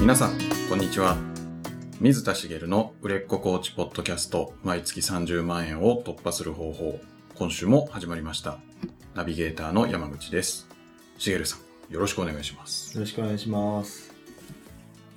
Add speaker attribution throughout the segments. Speaker 1: 皆さん、こんにちは。水田茂の売れっ子コーチポッドキャスト、毎月30万円を突破する方法、今週も始まりました。ナビゲーターの山口です。茂さん、よろしくお願いします。
Speaker 2: よろしくお願いします。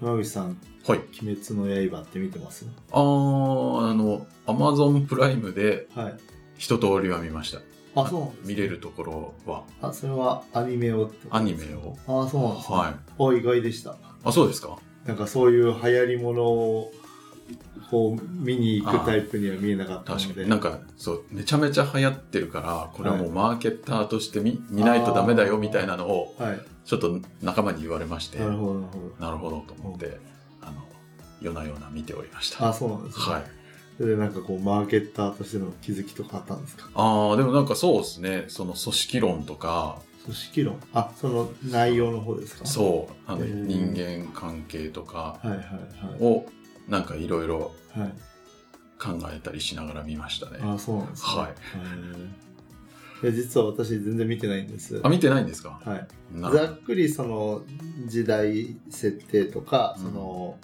Speaker 2: 山口さん、
Speaker 1: はい。
Speaker 2: 鬼滅の刃って見てます
Speaker 1: あー、あの、アマゾンプライムで
Speaker 2: はい。
Speaker 1: 一通りは見ました。
Speaker 2: あ、そうなんですね
Speaker 1: 見れるところは、
Speaker 2: あ、それはアニメをって。
Speaker 1: アニメを。
Speaker 2: あ、そうなんですね。
Speaker 1: はい。
Speaker 2: お、意外でした。
Speaker 1: あ、そうですか
Speaker 2: なんかそういう流行りものを、こう、見に行くタイプには見えなかったの
Speaker 1: 確か
Speaker 2: で。
Speaker 1: に。なんか、そう、めちゃめちゃ流行ってるから、これはもうマーケッターとして見見ないとダメだよみたいなのを、
Speaker 2: はい。
Speaker 1: ちょっと仲間に言われまして、
Speaker 2: な
Speaker 1: な
Speaker 2: る
Speaker 1: る
Speaker 2: ほど、なるほど。
Speaker 1: ほどと思って、あの、夜な夜な見ておりました。
Speaker 2: あ、
Speaker 1: は
Speaker 2: そうなんですね。
Speaker 1: い。
Speaker 2: それでなんかこう、マーケッターとしての気づきとかあったんですか
Speaker 1: ああ、でもなんかそうですね、その組織論とか、
Speaker 2: 組織論。あ、その内容の方ですかう。
Speaker 1: そう、あの、
Speaker 2: うん
Speaker 1: 人間関係とか
Speaker 2: はいはいは
Speaker 1: を、なんかいろいろ
Speaker 2: い。はい。
Speaker 1: 考えたりしながら見ましたね。
Speaker 2: あ、そうなんですね。
Speaker 1: はい
Speaker 2: い。いや、実は私全然見てないんです。
Speaker 1: あ、見てないんですか
Speaker 2: はい、
Speaker 1: な
Speaker 2: ざっくりその時代設定とか、
Speaker 1: うん
Speaker 2: その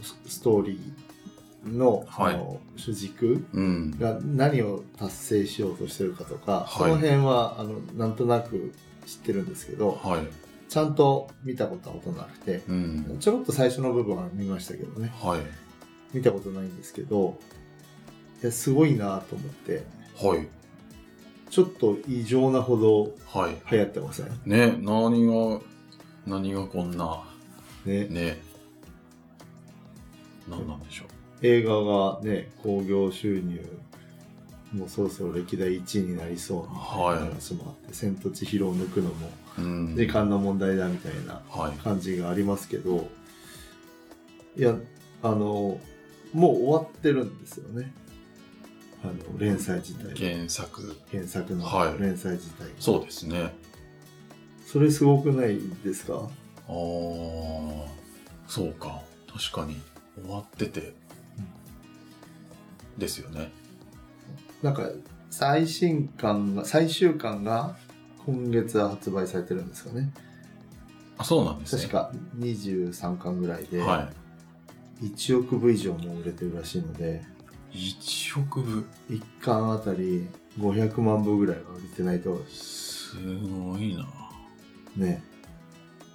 Speaker 2: スストーリーの,、
Speaker 1: はい
Speaker 2: の主軸
Speaker 1: うん。
Speaker 2: が何を達成しようとしてるかとか、
Speaker 1: はい
Speaker 2: その辺はあのなんとなく知ってるんですけど
Speaker 1: はい。
Speaker 2: ちゃんと見たことはほとんどなくて
Speaker 1: うん。
Speaker 2: ちょろっと最初の部分は見ましたけどね
Speaker 1: はい。
Speaker 2: 見たことないんですけどいやすごいなと思って
Speaker 1: はい。
Speaker 2: ちょっと異常なほど
Speaker 1: はい。
Speaker 2: 流行ってません
Speaker 1: ね、何が、何がこんな、
Speaker 2: ね
Speaker 1: ね、何なんでしょう。
Speaker 2: 映画がね興行収入もうそろそろ歴代1位になりそうみたいな話もあって「千と千尋」を抜くのも
Speaker 1: うん。
Speaker 2: 時間の問題だみたいな
Speaker 1: はい。
Speaker 2: 感じがありますけどいやあのもう終わってるんですよねあの連載自体
Speaker 1: 原作
Speaker 2: 原作の
Speaker 1: はい
Speaker 2: 連載自体、
Speaker 1: そうですね
Speaker 2: それすごくないですか
Speaker 1: あーそうか確かに終わってて、ですよね
Speaker 2: なんか最新刊が最終巻が今月発売されてるんですかね
Speaker 1: あそうなんですね
Speaker 2: 確か23巻ぐらいで、
Speaker 1: は
Speaker 2: 1億部以上も売れてるらしいので
Speaker 1: い1億部
Speaker 2: 1巻あたり500万部ぐらいは売れてないと
Speaker 1: すごいな
Speaker 2: ね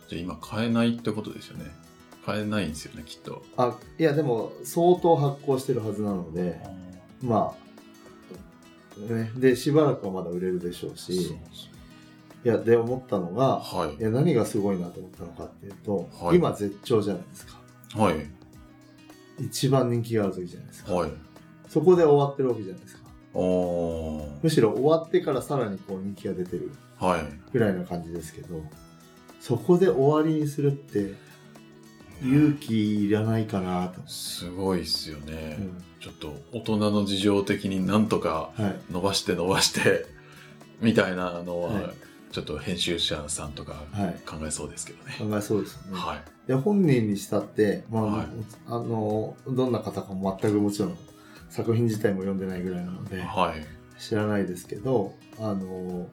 Speaker 1: じゃあ今買えないってことですよね買えないんですよねきっと
Speaker 2: あいやでも相当発行してるはずなのでまあねでしばらくはまだ売れるでしょうし
Speaker 1: そう
Speaker 2: いやで思ったのが
Speaker 1: そうはい
Speaker 2: いや何がすごいなと思ったのかっていうと、
Speaker 1: はい
Speaker 2: 今絶頂じゃないですか
Speaker 1: はい
Speaker 2: 一番人気がある時じゃないですか
Speaker 1: はい
Speaker 2: そこで終わってるわけじゃないですか
Speaker 1: お
Speaker 2: むしろ終わってからさらにこう人気が出てる
Speaker 1: はい
Speaker 2: ぐらいな感じですけどそこで終わりにするって勇気いらないかなと、
Speaker 1: すごいっすよね、
Speaker 2: うん
Speaker 1: ちょっと大人の事情的になんとか
Speaker 2: はい
Speaker 1: 伸ばして伸ばしてみたいなのは、
Speaker 2: はい
Speaker 1: ちょっと編集者さんとか
Speaker 2: はい
Speaker 1: 考えそうですけどね。
Speaker 2: 考えそうですよね、
Speaker 1: はい。
Speaker 2: いや本人にしたって、まあ
Speaker 1: はい
Speaker 2: あのどんな方かも全くもちろん作品自体も読んでないぐらいなので
Speaker 1: はい。
Speaker 2: 知らないですけどあの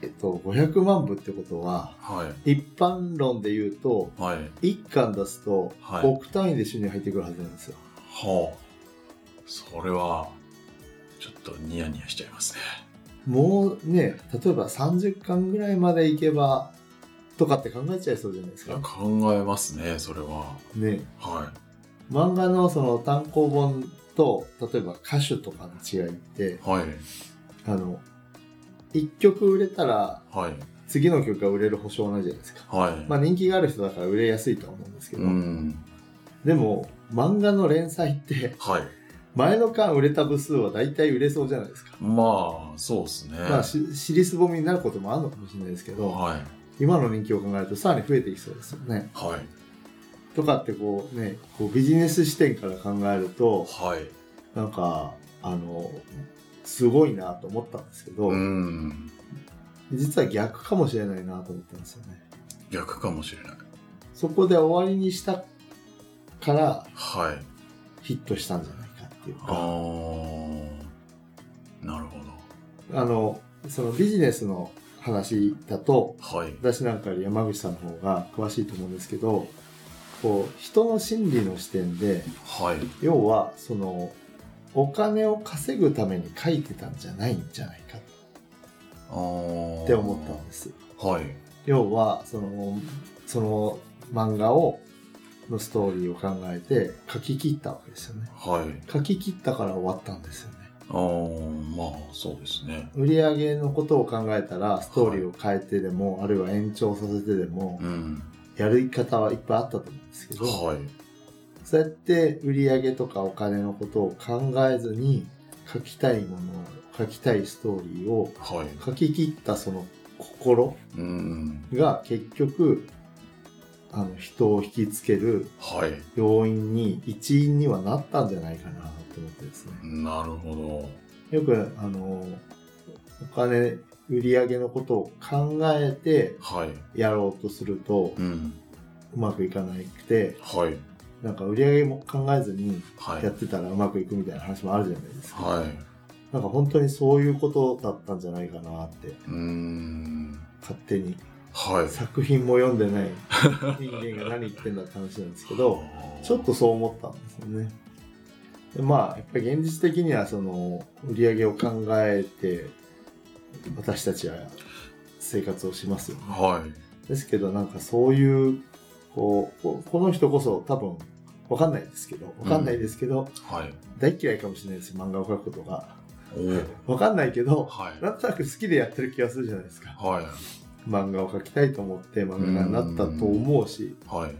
Speaker 2: えっと500万部ってことは
Speaker 1: はい。
Speaker 2: 一般論で言うと
Speaker 1: はい。
Speaker 2: 1巻出すと
Speaker 1: はい
Speaker 2: 億単位で収入入ってくるはずなんですよ、
Speaker 1: はあ。それは、ちょっとニヤニヤしちゃいますね。
Speaker 2: もうね例えば30巻ぐらいまでいけばとかって考えちゃいそうじゃないです
Speaker 1: いや
Speaker 2: か
Speaker 1: 考えますね、それは。
Speaker 2: ね
Speaker 1: は
Speaker 2: 漫画のその単行本と例えば歌手とかの違いって
Speaker 1: い。はい。
Speaker 2: あの1曲売れたら
Speaker 1: はい。
Speaker 2: 次の曲が売れる保証はないじゃないですか
Speaker 1: はい。
Speaker 2: まあ人気がある人だから売れやすいとは思うんですけど、
Speaker 1: うん。
Speaker 2: でも漫画の連載って
Speaker 1: はい。
Speaker 2: 前の間売れた部数は大体売れそうじゃないですか、
Speaker 1: まあ、そうですね。
Speaker 2: まあし尻すぼみになることもあるのかもしれないですけど、
Speaker 1: はい。
Speaker 2: 今の人気を考えるとさらに増えていきそうですよね
Speaker 1: はい。
Speaker 2: とかってこうねこうビジネス視点から考えると
Speaker 1: はい。
Speaker 2: なんかあのすごいなと思ったんですけど、
Speaker 1: うん。
Speaker 2: 実は逆かもしれないなと思ったんですよね
Speaker 1: 逆かもしれない。
Speaker 2: そこで終わりにしたから
Speaker 1: はい。
Speaker 2: ヒットしたんじゃないかっていう
Speaker 1: ああ
Speaker 2: か
Speaker 1: なるほ
Speaker 2: あのそのビジネスの話だと
Speaker 1: どはい
Speaker 2: 私なんかより山口さんの方が詳しいと思うんですけどこう人の心理の視点で
Speaker 1: はい。
Speaker 2: 要はそのお金を稼ぐために書いてたんじゃないんじゃないかっ
Speaker 1: あー
Speaker 2: て思ったんです
Speaker 1: はい。
Speaker 2: 要はそのその漫画をのストーリーを考えて書き切ったわけですよね
Speaker 1: はい。
Speaker 2: 書き切ったから終わったんですよね
Speaker 1: あーまあ、そうですね。
Speaker 2: 売り上げのことを考えたらストーリーを変えてでも、あるいは延長させてでも、
Speaker 1: うん。
Speaker 2: やる方はいっぱいあったと思うんですけど、
Speaker 1: はい。
Speaker 2: そうやって売り上げとかお金のことを考えずに書きたいものを書きたいストーリーを
Speaker 1: はい。
Speaker 2: 書き切ったその心
Speaker 1: うん。
Speaker 2: が結局あの人を引きつける
Speaker 1: はい。
Speaker 2: 要因に一因にはなったんじゃないかなと思ってですね
Speaker 1: なるほ
Speaker 2: よくあのお金売り上げのことを考えて
Speaker 1: ど。はい。
Speaker 2: やろうとすると
Speaker 1: うん。
Speaker 2: うまくいかなくて
Speaker 1: はい。
Speaker 2: なんか売り上げも考えずに
Speaker 1: はい
Speaker 2: やっ。てたらうまくいくみたいな話もあるじゃないですか、
Speaker 1: はい。
Speaker 2: なんか本当にそういうことだったんじゃないかなって
Speaker 1: うーん。
Speaker 2: 勝手に
Speaker 1: はい。
Speaker 2: 作品も読んでない人間が何言ってんだって話なんですけどちょっとそう思ったんですよねでまあやっぱり現実的にはその売り上げを考えて私たちは生活をしますよね
Speaker 1: はい。
Speaker 2: ですけどなんかそういうこうこうこの人こそ多分わかんないですけどわかんないですけど、
Speaker 1: はい。
Speaker 2: 大嫌いかもしれないです漫画を描くことが
Speaker 1: お
Speaker 2: わかんないけど
Speaker 1: お。はい。
Speaker 2: なんとなく好きでやってる気がするじゃないですか
Speaker 1: はい。
Speaker 2: 漫画を描きたいと思って漫画家になったと思うし
Speaker 1: はい。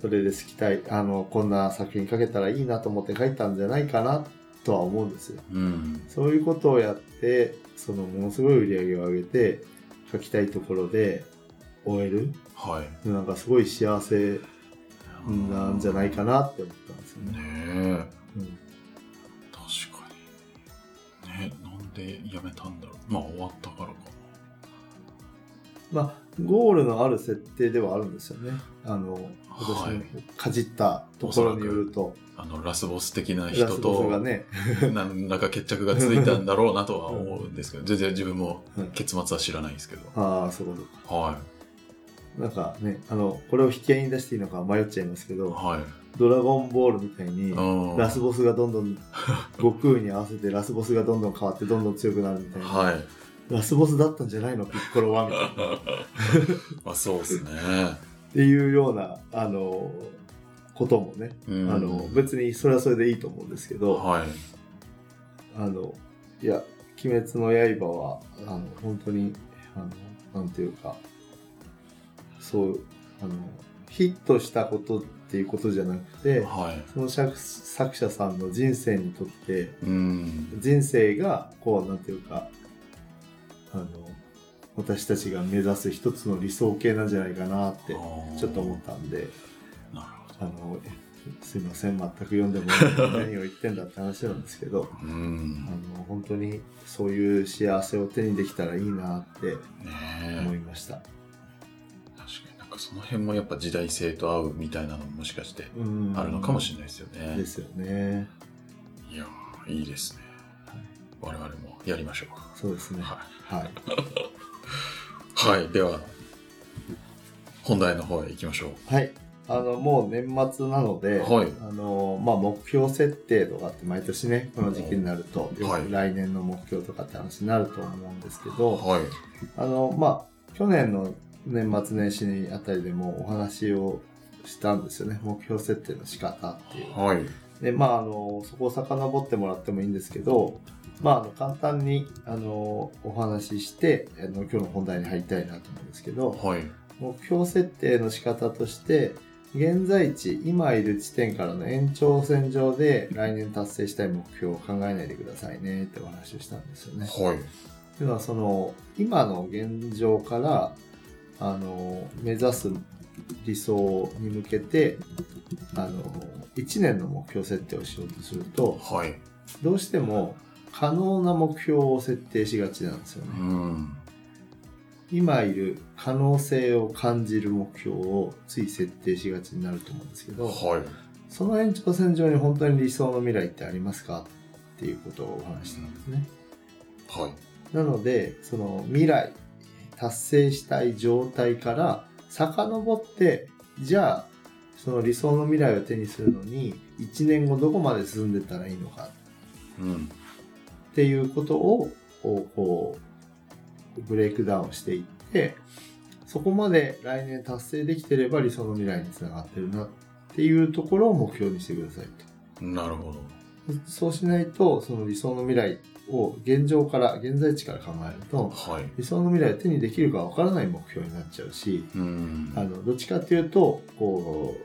Speaker 2: それで好きたいあのこんな作品描けたらいいなと思って描いたんじゃないかなとは思うんですよ
Speaker 1: うん。
Speaker 2: そういうことをやってそのものすごい売り上げを上げて描きたいところで終える
Speaker 1: はい。
Speaker 2: なんかすごい幸せなんじゃないかなって思ったんですよね、
Speaker 1: ねえ。
Speaker 2: うん
Speaker 1: 確かに。ねなんでやめたんだろう。まあ、終わったからか
Speaker 2: まあ、ゴールのある設定ではあるんですよね。あの、私
Speaker 1: はい
Speaker 2: のかじったところによると、
Speaker 1: な。あの、ラスボス的な
Speaker 2: ラ
Speaker 1: 人
Speaker 2: スボスが
Speaker 1: と、
Speaker 2: ね、
Speaker 1: 何らか決着がついたんだろうなとは思うん ですけど、全然自分も結末は知らないですけど。
Speaker 2: ああ、そういうこ
Speaker 1: は
Speaker 2: と。なんかね、あの、これを引き合いに出していいのか迷っちゃいますけ
Speaker 1: い。
Speaker 2: ど、
Speaker 1: はい。
Speaker 2: ドラゴンボールみたいに、
Speaker 1: うん。
Speaker 2: ラスボスがどんど ん悟空に合わせてラスボスがどんどん変わってどんどん強くなるみたいな、
Speaker 1: はい。
Speaker 2: ラスボスだったんじゃないのピッコロはみたいな
Speaker 1: まあ、そうですね。
Speaker 2: っていうようなあのこともね、
Speaker 1: うん
Speaker 2: あの別にそれはそれでいいと思うんですけど、
Speaker 1: はい。
Speaker 2: あのいや「鬼滅の刃は」あの本当にあのなんていうかそうあのヒットしたことっていうことじゃなくて
Speaker 1: は
Speaker 2: その作作者さんの人生にとって
Speaker 1: い。うん。
Speaker 2: 人生がこうなんていうかあの私たちが目指す一つの理想形なんじゃないかなってちょっと思ったんで
Speaker 1: なる
Speaker 2: あのすいません全く読んでもない のに何を言ってんだって話なんですけど。
Speaker 1: ほど。うん。ね
Speaker 2: あの本当にそういう幸せを手にできたらいいなって
Speaker 1: え。
Speaker 2: 思いました、
Speaker 1: 確かになんかその辺もやっぱ時代性と合うみたいなのももしかして
Speaker 2: うん
Speaker 1: あるのかもしれないですよね
Speaker 2: で。すよね
Speaker 1: いやーいいですね。我々もやりましょ
Speaker 2: そうです
Speaker 1: う。
Speaker 2: ね
Speaker 1: は
Speaker 2: は
Speaker 1: い。
Speaker 2: い
Speaker 1: はい、では、本題の方へ行きましょ
Speaker 2: はいあのもう年末なの
Speaker 1: う。
Speaker 2: で、
Speaker 1: はい。
Speaker 2: あのまあ、目標設定とかって毎年ねこの時期になると、
Speaker 1: うんはい
Speaker 2: よく来年の目標とかって話になると思うんですけど、
Speaker 1: はい。
Speaker 2: あのまあ去年の年末年始にあたりでもお話をしたんですよね目標設定の仕方っていう
Speaker 1: はい。
Speaker 2: でまああのそこを遡ってもらってもいいんですけど、まあ、あの簡単にあのお話ししてあの今日の本題に入りたいなと思うんですけど
Speaker 1: はい。
Speaker 2: 目標設定の仕方として現在地今いる地点からの延長線上で来年達成したい目標を考えないでくださいねってお話をしたんですよね。
Speaker 1: はい。
Speaker 2: というのはその今の現状からあの目指す理想に向けてあの1年の目標設定をしようとすると
Speaker 1: はい。
Speaker 2: どうしても可能な目標を設定しがちなんですよ
Speaker 1: う
Speaker 2: ね。
Speaker 1: ん。
Speaker 2: 今いる可能性を感じる目標をつい設定しがちになると思うんですけど
Speaker 1: はい。
Speaker 2: その延長線上に本当に理想の未来ってありますかっていうことをお話ししたんですね。
Speaker 1: はい。
Speaker 2: なのでその未来達成したい状態から遡ってじゃあその理想の未来を手にするのに1年後どこまで進んでったらいいのか
Speaker 1: うん。
Speaker 2: っていうことをこうこうブレイクダウンしていってそこまで来年達成できてれば理想の未来につながってるなっていうところを目標にしてください
Speaker 1: なるほど。
Speaker 2: とそうしないとその理想の未来を現状から現在地から考えると
Speaker 1: はい。
Speaker 2: 理想の未来を手にできるかわからない目標になっちゃうし
Speaker 1: うん。
Speaker 2: あのどっちかっていうとこう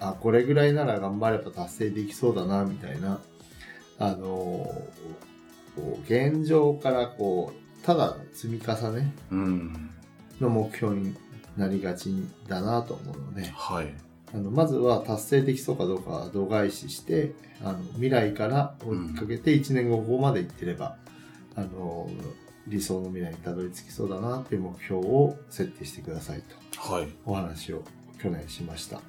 Speaker 2: あこれぐらいなら頑張れば達成できそうだなみたいなあのこう現状からこうただの積み重ね
Speaker 1: うん。
Speaker 2: の目標になりがちだなと思うので
Speaker 1: はい。
Speaker 2: あのまずは達成できそうかどうかは度外視してあの未来から追いかけて1年後ここまでいってれば、あの理想の未来にたどり着きそうだなっていう目標を設定してくださいと。
Speaker 1: はい。
Speaker 2: お話を去年しました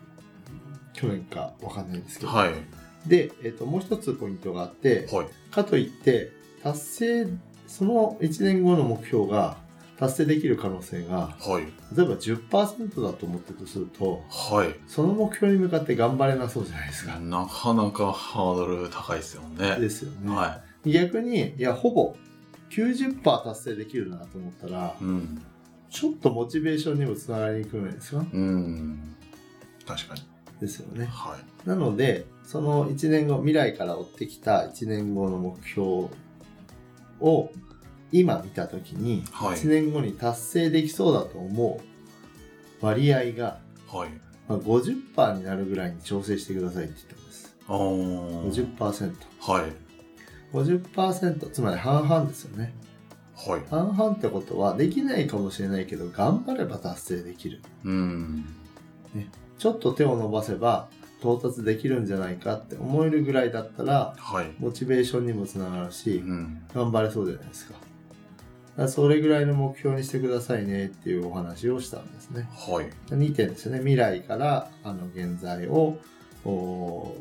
Speaker 2: 去年かわかんないですけど、
Speaker 1: はい。
Speaker 2: で、えっともう一つポイントがあって
Speaker 1: はい。
Speaker 2: かといって達成その1年後の目標が達成できる可能性が
Speaker 1: はい。
Speaker 2: 例えば10%だと思ったとすると
Speaker 1: はい。
Speaker 2: その目標に向かって頑張れなそうじゃないですか、
Speaker 1: なかなかハードル高いですよね。
Speaker 2: ですよね、
Speaker 1: は
Speaker 2: 逆にいやほぼ90%達成できるなと思ったら
Speaker 1: い。うん。
Speaker 2: ちょっとモチベーションにもつながりにくいんです
Speaker 1: う
Speaker 2: よ
Speaker 1: ん。確かに。
Speaker 2: ですよね
Speaker 1: は
Speaker 2: なので、その1年後、未来から追ってきた1年後の目標を今見たときに、
Speaker 1: い。はい
Speaker 2: 1。年後に達成できそうだと思う割合が、
Speaker 1: はい。
Speaker 2: まあ、50%になるぐらいに調整してくださいって言ったんです。
Speaker 1: あー。
Speaker 2: 50%。
Speaker 1: はい。
Speaker 2: 50%、つまり半々ですよね。
Speaker 1: はい。
Speaker 2: 半々ってことは、できないかもしれないけど、頑張れば達成できる。
Speaker 1: うん。
Speaker 2: ちょっと手を伸ばせば、到達できるんじゃないかって思えるぐらいだったら、
Speaker 1: はい。
Speaker 2: モチベーションにもつながるし
Speaker 1: うん。
Speaker 2: 頑張れそうじゃないですかだからそれぐらいの目標にしてくださいねっていうお話をしたんですね
Speaker 1: はい。
Speaker 2: 2点ですね未来からあの現在をお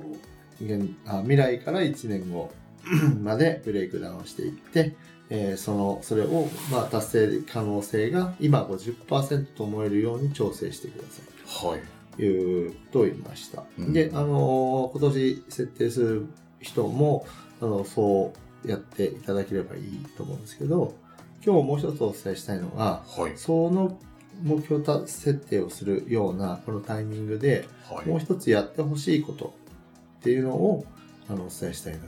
Speaker 2: ー現あ未来から1年後 までブレイクダウンしていって、えーそのそれを、まあ、達成可能性が今50%と思えるように調整してください
Speaker 1: はい。
Speaker 2: いうことを言いました。
Speaker 1: うん
Speaker 2: で、あのー今年設定する人も、あの、そうやっていただければいいと思うんですけど、今日もう一つお伝えしたいのが、
Speaker 1: はい。
Speaker 2: その目標達設定をするような、このタイミングで、
Speaker 1: はい。
Speaker 2: もう一つやってほしいことっていうのを、あの、お伝えしたいな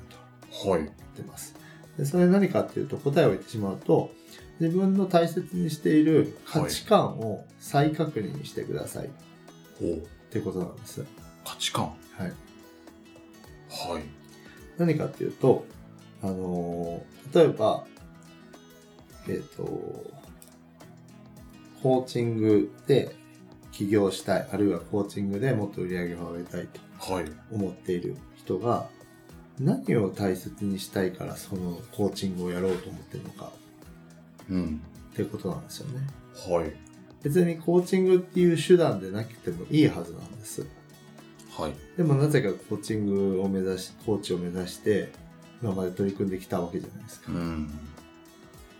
Speaker 2: と
Speaker 1: はい。
Speaker 2: 思ってます。で、それ何かっていうと、答えを言ってしまうと、自分の大切にしている価値観を再確認してくださいっ
Speaker 1: ほう。
Speaker 2: てことなんです。
Speaker 1: 価値観。
Speaker 2: はい、
Speaker 1: はい。
Speaker 2: 何かっていうと、あのー例えば、えっ、と、コーチングで起業したい、あるいはコーチングでもっと売り上げを上げたいと
Speaker 1: はい。
Speaker 2: 思っている人が、何を大切にしたいからそのコーチングをやろうと思ってるのか
Speaker 1: うん。
Speaker 2: ってことなんですよね。
Speaker 1: はい。
Speaker 2: 別にコーチングっていう手段でなくてもいいはずなんです。
Speaker 1: はい。
Speaker 2: でもなぜかコーチングを目指し、コーチを目指して今まで取り組んできたわけじゃないですか
Speaker 1: う。ん。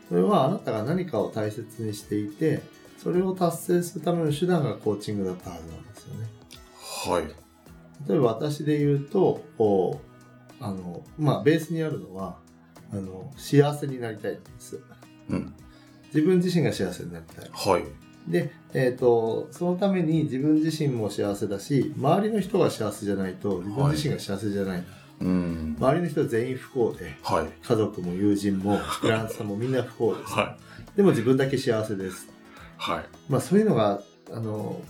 Speaker 2: それはあなたが何かを大切にしていてそれを達成するための手段がコーチングだったはずなんですよね
Speaker 1: はい。
Speaker 2: 例えば私で言うとこうあのまあベースにあるのはあの幸せになりたいなんです
Speaker 1: うん。
Speaker 2: 自分自身が幸せになりたい
Speaker 1: はい。
Speaker 2: で、えっとそのために自分自身も幸せだし周りの人が幸せじゃないと自分自身が幸せじゃない、
Speaker 1: うん。
Speaker 2: 周りの人全員不幸で
Speaker 1: はい。
Speaker 2: 家族も友人 もフランスさんもみんな不幸です
Speaker 1: はい。
Speaker 2: でも自分だけ幸せです
Speaker 1: はい。
Speaker 2: まあ、そういうのがあの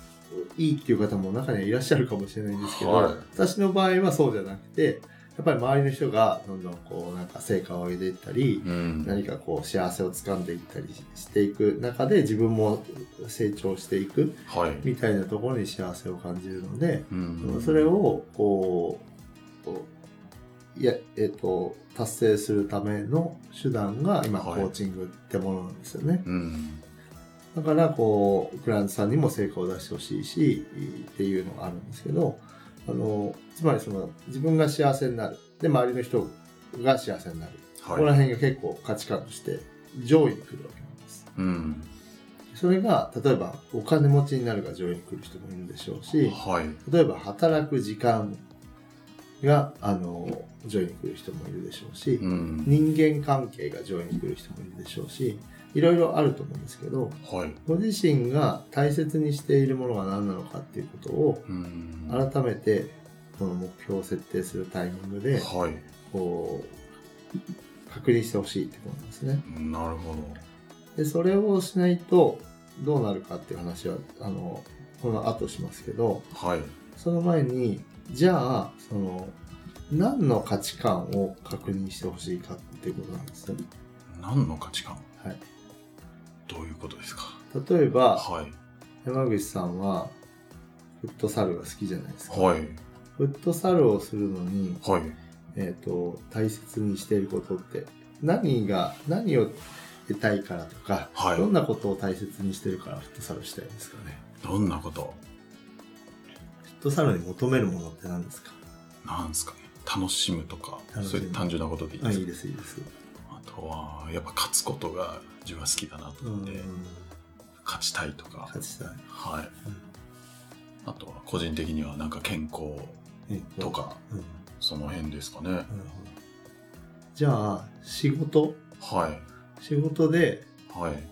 Speaker 2: いいっていう方も中にはいらっしゃるかもしれないんですけど、
Speaker 1: はい
Speaker 2: 私の場合はそうじゃなくてやっぱり周りの人がどんどんこうなんか成果を上げていったり
Speaker 1: うん。
Speaker 2: 何かこう幸せをつかんでいったりしていく中で自分も成長していく
Speaker 1: はい。
Speaker 2: みたいなところに幸せを感じるので、
Speaker 1: うん。
Speaker 2: それをこうこういや、えっと達成するための手段が今コ
Speaker 1: はい
Speaker 2: ーチングってものなんですよね。
Speaker 1: うん。
Speaker 2: だからこうクライアントさんにも成果を出してほしいしっていうのがあるんですけどあのつまりその自分が幸せになるで周りの人が幸せになる、ここ
Speaker 1: は
Speaker 2: ら
Speaker 1: い。
Speaker 2: 辺が結構価値観として上位に来るわけなんです
Speaker 1: うん。
Speaker 2: それが例えばお金持ちになるが上位に来る人もいるでしょうし
Speaker 1: はい。
Speaker 2: 例えば働く時間があの上位に来る人もいるでしょうし、
Speaker 1: うん。
Speaker 2: 人間関係が上位に来る人もいるでしょうしいろいろあると思うんですけど
Speaker 1: はい。
Speaker 2: ご自身が大切にしているものが何なのかっていうことを
Speaker 1: うん。
Speaker 2: 改めてその目標を設定するタイミングで
Speaker 1: はい。
Speaker 2: こう確認してほしいってことなんですね。
Speaker 1: なるほ
Speaker 2: でそれをしないとどうなるかっていう話はあのこの後しますけど
Speaker 1: ど。はい。
Speaker 2: その前にじゃあその何の価値観を確認してほしいかっていうことなんですね。
Speaker 1: 何の価値観
Speaker 2: はい、
Speaker 1: どういうことですか
Speaker 2: 例えば、
Speaker 1: はい。
Speaker 2: 山口さんはフットサルが好きじゃないですか、
Speaker 1: はい。
Speaker 2: フットサルをするのに、
Speaker 1: はい。
Speaker 2: えー、と大切にしていることって何が何を得たいからとか、
Speaker 1: はい
Speaker 2: どんなことを大切にしてるからフットサルしたいですかね
Speaker 1: どんなこと
Speaker 2: フットサルに求めるものって何ですか
Speaker 1: なんですかね楽しむとか、
Speaker 2: 楽し
Speaker 1: そ
Speaker 2: む
Speaker 1: ういう単純なことでいいで
Speaker 2: あ
Speaker 1: す
Speaker 2: いい
Speaker 1: か
Speaker 2: ですいいです
Speaker 1: あとは、やっぱ勝つことが自分は好きだなと
Speaker 2: う
Speaker 1: 思って、
Speaker 2: ん
Speaker 1: 勝ちたいとか、
Speaker 2: 勝ちたい
Speaker 1: はい。
Speaker 2: うん
Speaker 1: あとは個人的にはなんか健康
Speaker 2: えっ
Speaker 1: とか、
Speaker 2: うんなる
Speaker 1: その辺ですかね。
Speaker 2: ほどじゃあ仕事
Speaker 1: は
Speaker 2: 仕事で、
Speaker 1: い。はい。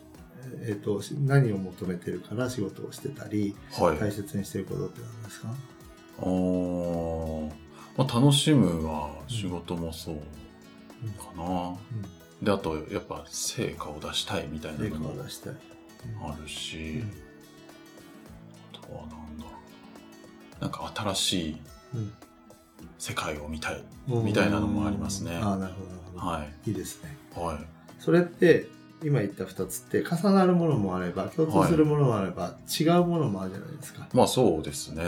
Speaker 2: えー、とし何を求めてるから仕事をしてたり
Speaker 1: はい。
Speaker 2: 大切にしてることって何ですか、
Speaker 1: おーまあ、楽しむは仕事もそう
Speaker 2: うん
Speaker 1: かな。で、あと、やっぱ成果を出したいみたいな
Speaker 2: 成
Speaker 1: の
Speaker 2: 果
Speaker 1: も
Speaker 2: を出したい。
Speaker 1: あるし、あとはなんだろう。なんか新しい
Speaker 2: うん
Speaker 1: 世界を見たい。
Speaker 2: うん
Speaker 1: みたいなのもありますね
Speaker 2: ああ、なるほど、なるほど。
Speaker 1: はい。
Speaker 2: いいですね。
Speaker 1: はい。
Speaker 2: それって、今言った2つって、重なるものもあれば、共通するものもあれば、違うものもあるじゃないですか。
Speaker 1: まあそうですね。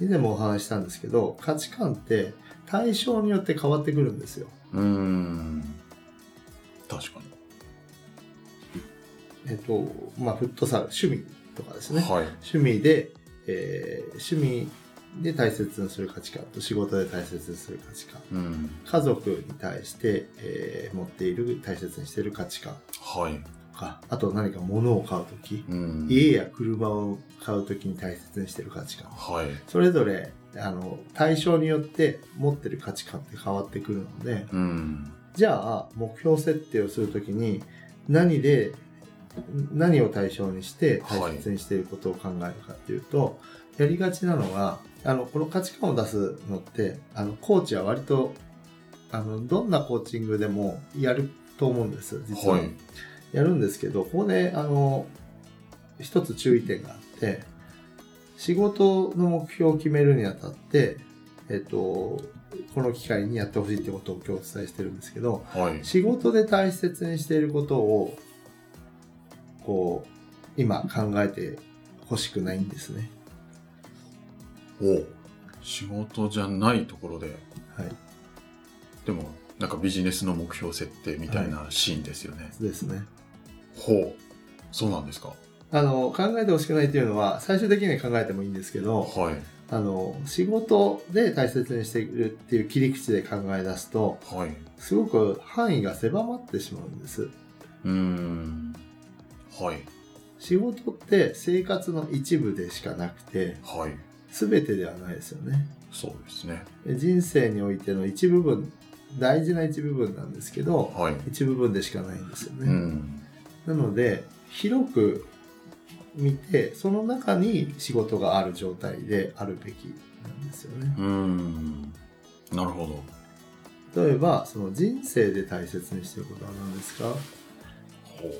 Speaker 1: う
Speaker 2: 以前もお話ししたんですけど、価値観って対象によって変わってくるんですよ。
Speaker 1: ーん。確か
Speaker 2: えっと、まあ、フットサル、趣味とかです
Speaker 1: に。
Speaker 2: ね。
Speaker 1: はい。
Speaker 2: 趣味で、えー趣味で大切にする価値観と仕事で大切にする価値観。
Speaker 1: うん。
Speaker 2: 家族に対して、えー持っている大切にしている価値観
Speaker 1: はい。
Speaker 2: とかあと何か物を買う時
Speaker 1: うん。
Speaker 2: 家や車を買う時に大切にしている価値観
Speaker 1: はい。
Speaker 2: それぞれあの対象によって持ってる価値観って変わってくるので
Speaker 1: うん。
Speaker 2: じゃあ目標設定をする時に何で何を対象にして大切にしていることを考えるかっていうと、やりがちなのがあのこの価値観を出すのってあのコーチは割とあのどんなコーチングでもやると思うんです実は、
Speaker 1: はい。
Speaker 2: やるんですけどここであの一つ注意点があって仕事の目標を決めるにあたって、えっと、この機会にやってほしいってことを今日お伝えしてるんですけど
Speaker 1: はい。
Speaker 2: 仕事で大切にしていることをこう今考えてほしくないんですね。
Speaker 1: お仕事じゃないところで、
Speaker 2: はい、
Speaker 1: でも、なんかビジネスの目標設定みたいなシーンですよね。
Speaker 2: ですね。
Speaker 1: ほう。そうなんですか。
Speaker 2: あの考えてほしくないというのは最終的には考えてもいいんですけど
Speaker 1: はい。
Speaker 2: あの仕事で大切にしているっていう切り口で考え出すと
Speaker 1: はい。う
Speaker 2: すごく範囲が狭まってしまうんです
Speaker 1: ーん。はい。
Speaker 2: 仕事って生活の一部でしかなくて
Speaker 1: はい。
Speaker 2: 全てではないですよね
Speaker 1: そうですね。
Speaker 2: 人生においての一部分大事な一部分なんですけど
Speaker 1: はい。
Speaker 2: 一部分でしかないんですよ
Speaker 1: う
Speaker 2: ね、
Speaker 1: ん。
Speaker 2: なので広く見てその中に仕事がある状態であるべきなんですよね
Speaker 1: うーん。なるほど。
Speaker 2: 例えばその人生で大切にしてることは何ですか
Speaker 1: ほう。
Speaker 2: っ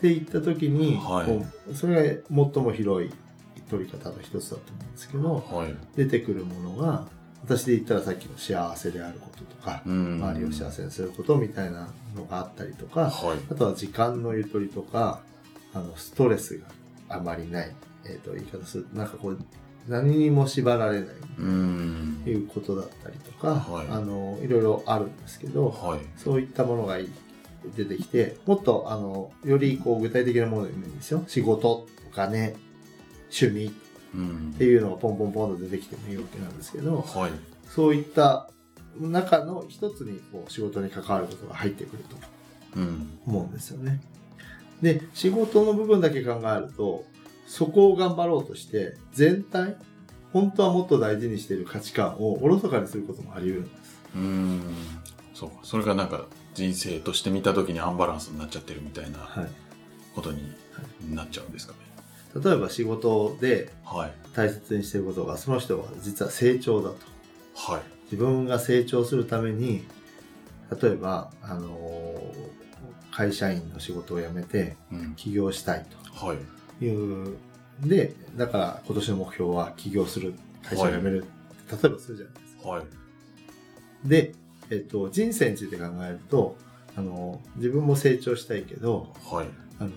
Speaker 2: て言った時に、
Speaker 1: はい
Speaker 2: こうそれが最も広い取り方の一つだと思うんですけど
Speaker 1: はい。
Speaker 2: 出てくるものが私で言ったらさっきの幸せであることとか、
Speaker 1: うん。
Speaker 2: 周りを幸せにすることみたいなのがあったりとか
Speaker 1: はい。
Speaker 2: あとは時間のゆとりとかあのストレスがあまりない、えー、と言い方するとなんかこう何にも縛られないう
Speaker 1: ーん
Speaker 2: と。いうことだったりとか、
Speaker 1: はい
Speaker 2: あのいろいろあるんですけど、
Speaker 1: はい。
Speaker 2: そういったものが出てきて、もっとあのよりこう具体的なものでもいいんですよ。仕事、お金、趣味
Speaker 1: うん
Speaker 2: っ。ていうのがポンポンポンと出てきてもいいわけなんですけど、
Speaker 1: はい。
Speaker 2: そういった中の一つにこう仕事に関わることが入ってくると
Speaker 1: うん。
Speaker 2: 思うんですよね。で仕事の部分だけ考えるとそこを頑張ろうとして全体本当はもっと大事にしている価値観をおろそかにすることもあり得るんです
Speaker 1: うーんそうかそれがなんか人生として見た時にアンバランスになっちゃってるみたいな
Speaker 2: はい
Speaker 1: ことになっちゃうんですかね
Speaker 2: 例えば仕事で
Speaker 1: はい
Speaker 2: 大切にしていることがその人は実は成長だと
Speaker 1: はい
Speaker 2: 自分が成長するために例えば、あのー会社員の仕事を辞めて
Speaker 1: うん
Speaker 2: 起業したい
Speaker 1: はい
Speaker 2: というでだから今年の目標は起業する会社を辞める、例えばするじゃないですか
Speaker 1: はい
Speaker 2: で、えっと、人生について考えると、あの自分も成長したいけど
Speaker 1: はい
Speaker 2: あの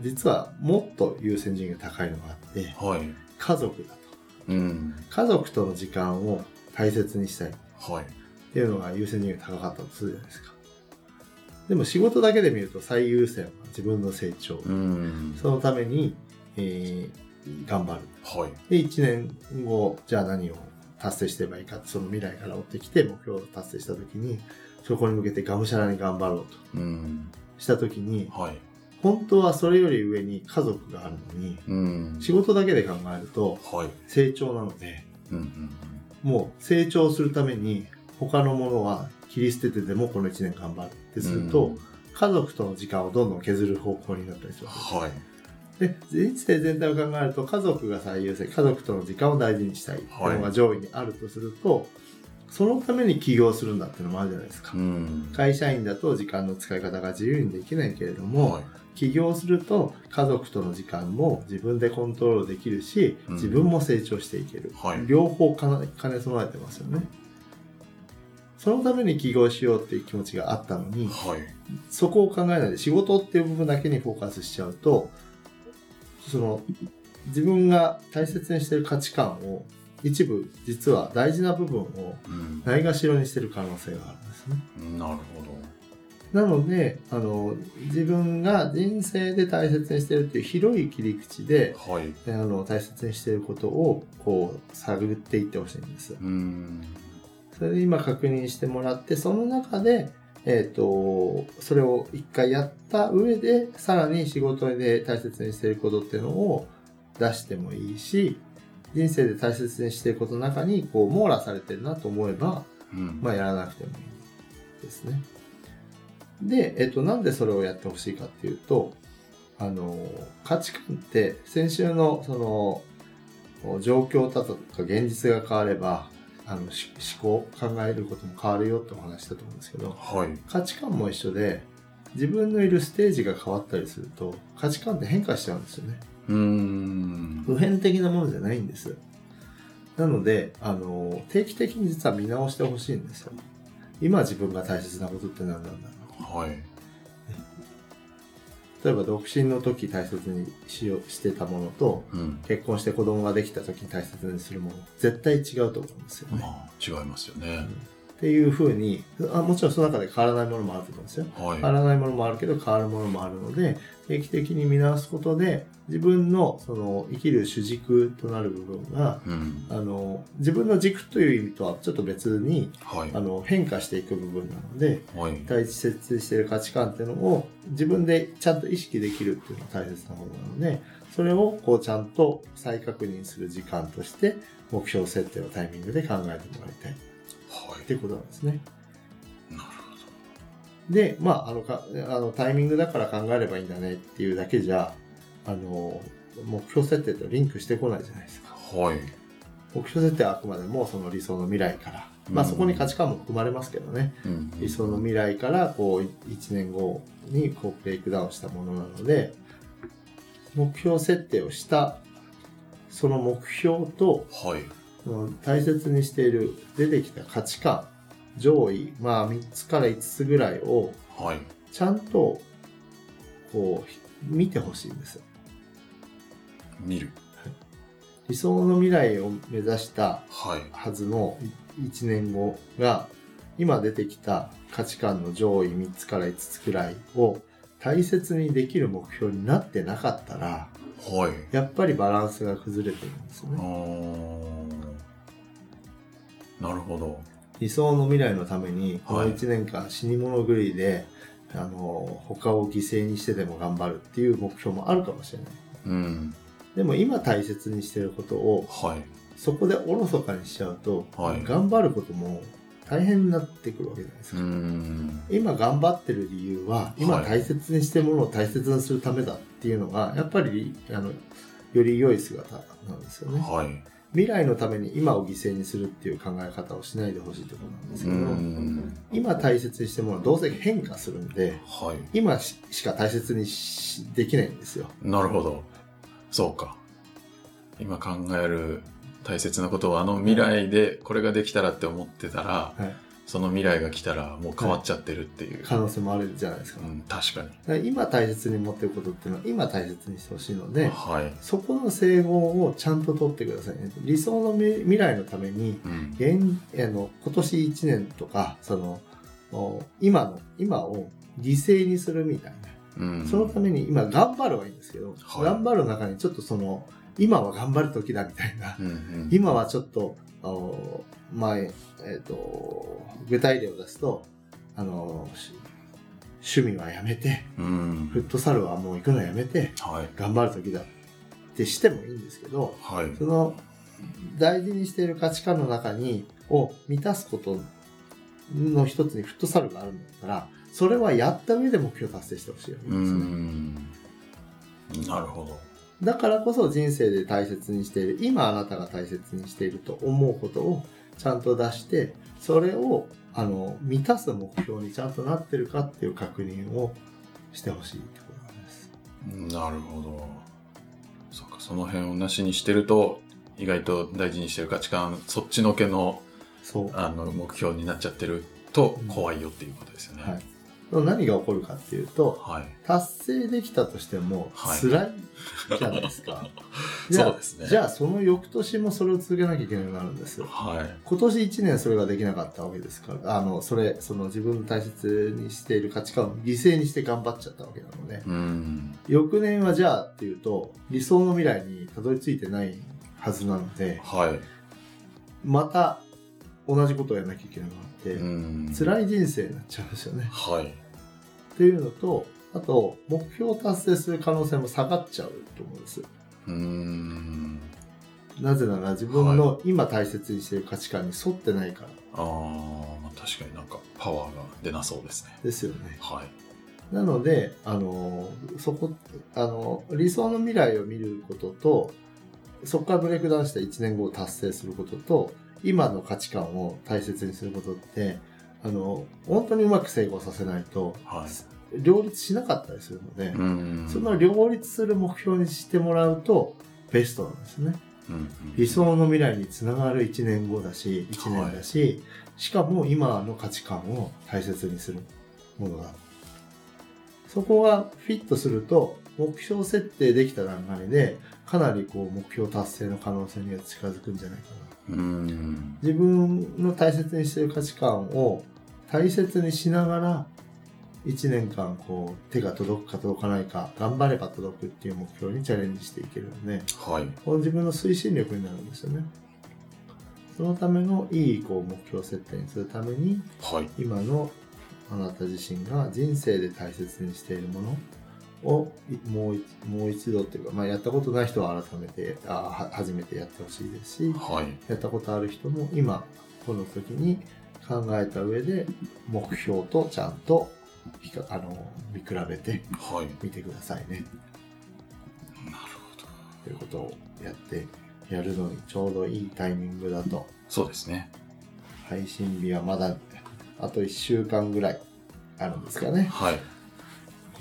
Speaker 2: 実はもっと優先順位が高いのがあって
Speaker 1: はい
Speaker 2: 家族だと
Speaker 1: うん
Speaker 2: 家族との時間を大切にしたい
Speaker 1: はい
Speaker 2: っていうのが優先順位が高かったとするじゃないですか。でも仕事だけで見ると最優先は自分の成長。
Speaker 1: うん
Speaker 2: そのために、えー頑張る。
Speaker 1: はい
Speaker 2: で、1年後、じゃあ何を達成してればいいか、その未来から追ってきて目標を達成した時に、そこに向けてがむしゃらに頑張ろうと
Speaker 1: うん
Speaker 2: した時に、
Speaker 1: はい
Speaker 2: 本当はそれより上に家族があるのに、
Speaker 1: うん
Speaker 2: 仕事だけで考えると
Speaker 1: はい
Speaker 2: 成長なので、
Speaker 1: うんうん
Speaker 2: もう成長するために他のものは切り捨ててでもこの1年頑張るっ
Speaker 1: う
Speaker 2: て
Speaker 1: ん
Speaker 2: すると、
Speaker 1: うん
Speaker 2: 家族との時間をどんどん削る方向になったりするわ
Speaker 1: はい
Speaker 2: けです。で、人生全体を考えると家族が最優先、家族との時間を大事にしたいっていうのが上位にあるとすると、そのために起業するんだっていうのもあるじゃないですか。
Speaker 1: うん
Speaker 2: 会社員だと時間の使い方が自由にできないけれども、
Speaker 1: はい
Speaker 2: 起業すると家族との時間も自分でコントロールできるし、
Speaker 1: うん
Speaker 2: 自分も成長していける。
Speaker 1: はい
Speaker 2: 両方かな兼ね備えてますよね。そのために起業しようっていう気持ちがあったのに、
Speaker 1: はい
Speaker 2: そこを考えないで仕事っていう部分だけにフォーカスしちゃうと、その自分が大切にしてる価値観を一部実は大事な部分を
Speaker 1: うん
Speaker 2: ないがしろにしてる可能性があるんですね。
Speaker 1: なるほ
Speaker 2: なので、あの、自分が人生で大切にしてるっていう広い切り口で、
Speaker 1: どはい
Speaker 2: あの、大切にしてることをこう探っていってほしいんです。
Speaker 1: うん
Speaker 2: それで今確認してもらって、その中で、えっ、と、それを一回やった上で、さらに仕事で大切にしていることっていうのを出してもいいし、人生で大切にしていることの中に、こう、網羅されてるなと思えば、
Speaker 1: うん
Speaker 2: まあ、やらなくてもいいですね。で、えっ、と、なんでそれをやってほしいかっていうと、あの、価値観って、先週の、その、状況だとか現実が変われば、あの、し思考、考えることも変わるよってお話したと思うんですけど、
Speaker 1: はい
Speaker 2: 価値観も一緒で、自分のいるステージが変わったりすると、価値観って変化しちゃうんですよね。
Speaker 1: うん
Speaker 2: 普遍的なものじゃないんです。なので、あの、定期的に実は見直してほしいんですよ。今自分が大切なことって何なんだろう。
Speaker 1: はい
Speaker 2: 例えば、独身の時大切にしようしてたものと、
Speaker 1: うん
Speaker 2: 結婚して子供ができた時に大切にするもの、絶対違うと思うんですよね。
Speaker 1: まあ違いますよね
Speaker 2: っていうふうにあ、もちろんその中で変わらないものもあると思うんですよ。
Speaker 1: はい
Speaker 2: 変わらないものもあるけど、変わるものもあるので、定期的に見直すことで、自分のその生きる主軸となる部分が、
Speaker 1: うん
Speaker 2: あの自分の軸という意味とはちょっと別に
Speaker 1: はい
Speaker 2: あの変化していく部分なので
Speaker 1: はい
Speaker 2: 大切にしている価値観っていうのを自分でちゃんと意識できるっていうのが大切なことなのでそれをこうちゃんと再確認する時間として目標設定のタイミングで考えてもらいたいっ
Speaker 1: はい
Speaker 2: てことなんですね。
Speaker 1: なるほ
Speaker 2: で、まあ、あのかあのタイミングだから考えればいいんだねっていうだけじゃあの目標設定とリンクしてこないじゃないですか。
Speaker 1: どはい
Speaker 2: 目標設定はあくまでもその理想の未来から、まあ、
Speaker 1: うん
Speaker 2: そこに価値観も含まれますけどね、
Speaker 1: うん
Speaker 2: 理想の未来からこうい1年後にこうブレイクダウンしたものなので目標設定をしたその目標と
Speaker 1: はい
Speaker 2: その大切にしている出てきた価値観上位、まあ、3つから5つぐらいを
Speaker 1: はい
Speaker 2: ちゃんとこうひ見てほしいんです
Speaker 1: 見る
Speaker 2: 理想の未来を目指した
Speaker 1: はい
Speaker 2: はずの1年後が今出てきた価値観の上位3つから5つくらいを大切にできる目標になってなかったら
Speaker 1: はい
Speaker 2: やっぱりバランスが崩れてるんですよ
Speaker 1: あ
Speaker 2: ね
Speaker 1: ーなるほど
Speaker 2: 理想の未来のためにこ
Speaker 1: は
Speaker 2: の
Speaker 1: い
Speaker 2: 1年間死に物狂いであの他を犠牲にしてでも頑張るっていう目標もあるかもしれない
Speaker 1: うん。
Speaker 2: でも今大切にしてることを
Speaker 1: はい。
Speaker 2: そこでおろそかにしちゃうと、
Speaker 1: はい
Speaker 2: 頑張ることも大変になってくるわけじゃないです
Speaker 1: う
Speaker 2: か、
Speaker 1: ん。
Speaker 2: 今頑張ってる理由は今
Speaker 1: はい
Speaker 2: 大切にしてるものを大切にするためだっていうのがやっぱりあのより良い姿なんですよね
Speaker 1: はい。
Speaker 2: 未来のために今を犠牲にするっていう考え方をしないでほしいところなんです
Speaker 1: う
Speaker 2: けど、
Speaker 1: ん。
Speaker 2: 今大切にしてるものはどうせ変化するんで
Speaker 1: はい。
Speaker 2: 今ししか大切にしできないんですよ
Speaker 1: なるほど。そうか。今考える大切なことは、あの未来でこれができたらって思ってたら、
Speaker 2: はい
Speaker 1: その未来が来たらもう変わっちゃってるっていう。
Speaker 2: 可能性もあるじゃないですか,、
Speaker 1: うん、確かに。
Speaker 2: 今大切に持ってることっていうのは今大切にしてほしいので
Speaker 1: はい。
Speaker 2: そこの整合をちゃんと取ってくださいね理想の未未来のために
Speaker 1: うん。
Speaker 2: 現あの今年1年とかそのお今の今を犠牲にするみたいな
Speaker 1: うん、
Speaker 2: そのために今頑張るはいいんですけど、
Speaker 1: はい
Speaker 2: 頑張る中にちょっとその今は頑張る時だみたいな、
Speaker 1: うんうん、
Speaker 2: 今はちょっとあのまあえっ、と具体例を出すとあのし趣味はやめてフ
Speaker 1: うん。
Speaker 2: ットサルはもう行くのやめて
Speaker 1: はい。
Speaker 2: 頑張る時だってしてもいいんですけど
Speaker 1: はい。
Speaker 2: その大事にしている価値観の中にを満たすことの一つにフットサルがあるんだったらそれはやった上で目標達成してほしいわけで
Speaker 1: う
Speaker 2: すよね。
Speaker 1: ん。なるほど。
Speaker 2: だからこそ人生で大切にしている今あなたが大切にしていると思うことをちゃんと出してそれをあの満たす目標にちゃんとなってるかっていう確認をしてほしいってことなんです。
Speaker 1: なるほど。そっか、その辺をなしにしてると、意外と大事にしてる価値観、そっちのけの
Speaker 2: そう
Speaker 1: あの目標になっちゃってると
Speaker 2: うん
Speaker 1: 怖いよっていうことですよね。
Speaker 2: はい、何が起こるかっていうと
Speaker 1: はい。
Speaker 2: 達成できたとしても
Speaker 1: はい
Speaker 2: 辛いじゃない ですか。じゃ
Speaker 1: そう
Speaker 2: あ
Speaker 1: ですね。
Speaker 2: じゃあその翌年もそれを続けなきゃいけなくなるんですよ。
Speaker 1: はい。
Speaker 2: 今年1年それができなかったわけですからあのそれその自分の大切にしている価値観を犠牲にして頑張っちゃったわけなので
Speaker 1: うん。
Speaker 2: 翌年はじゃあっていうと理想の未来にたどり着いてないはずなので
Speaker 1: は
Speaker 2: また同じことをやらなきゃいけなくなって、
Speaker 1: い。うん。
Speaker 2: 辛い人生になっちゃうんですよね。
Speaker 1: はい。
Speaker 2: っていうのとあと目標を達成する可能性も下がっちゃうと思うんです。
Speaker 1: うん。
Speaker 2: なぜなら自分の今大切にしている価値観に沿ってないから
Speaker 1: あーまあ、確かになんかパワーが出なそうですね。
Speaker 2: ですよね。
Speaker 1: はい。
Speaker 2: なので、あのそこあの理想の未来を見ることとそこからブレイクダウンした1年後を達成することと今の価値観を大切にすることってあの本当にうまく成功させないと
Speaker 1: はい。
Speaker 2: 両立しなかったりするので、
Speaker 1: うん。
Speaker 2: その両立する目標にしてもらうとベストなんですね。
Speaker 1: うんうん
Speaker 2: 理想の未来につながる1年後だし1年だし、しかも今の価値観を大切にするものだそこがフィットすると目標設定できた段階でかなりこう目標達成の可能性には近づくんじゃないかな
Speaker 1: うん。
Speaker 2: 自分の大切にしている価値観を大切にしながら1年間こう手が届くか届かないか頑張れば届くっていう目標にチャレンジしていけるので、
Speaker 1: はい。
Speaker 2: この自分の推進力になるんですよね。そのためのいいこう目標設定にするために
Speaker 1: はい。
Speaker 2: 今のあなた自身が人生で大切にしているものをいもういもう一度っていうか、まあ、やったことない人は改めてあは初めてやってほしいですし
Speaker 1: はい。
Speaker 2: やったことある人も今この時に考えた上で目標とちゃんと比較あの見比べて
Speaker 1: はい。
Speaker 2: みてくださいね。
Speaker 1: なるほど。
Speaker 2: ということをやってやるのにちょうどいいタイミングだと
Speaker 1: そうですね。
Speaker 2: 配信日はまだあと1週間ぐらいあるんですかね
Speaker 1: はい。
Speaker 2: 今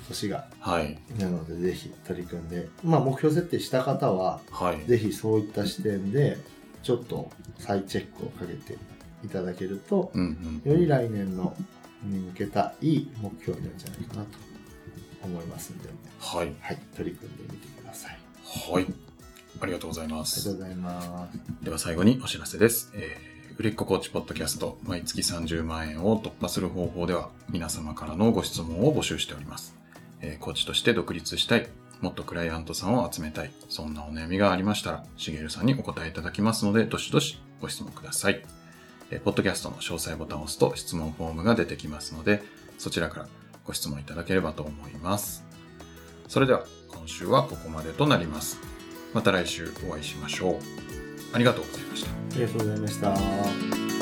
Speaker 2: 年が
Speaker 1: はい。
Speaker 2: なのでぜひ取り組んでまあ目標設定した方は
Speaker 1: はい。
Speaker 2: ぜひそういった視点でちょっと再チェックをかけていただけると
Speaker 1: うんうん。
Speaker 2: より来年のに向けたいい目標になるんじゃないかなと思いますので、
Speaker 1: はい。
Speaker 2: はい、取り組んでみてください。あ
Speaker 1: はい。ありがとうございま
Speaker 2: りが
Speaker 1: す
Speaker 2: と。うございます。
Speaker 1: では最後にお知らせです。えー売れっ子コーチポッドキャスト、毎月30万円を突破する方法では、皆様からのご質問を募集しております。えーコーチとして独立したい、もっとクライアントさんを集めたい、そんなお悩みがありましたら、しげるさんにお答えいただきますので、どしどしご質問ください。えーポッドキャストの詳細ボタンを押すと質問フォームが出てきますので、そちらからご質問いただければと思います。それでは今週はここまでとなります。また来週お会いしましょう。ありがとうございました。
Speaker 2: りがとうございました。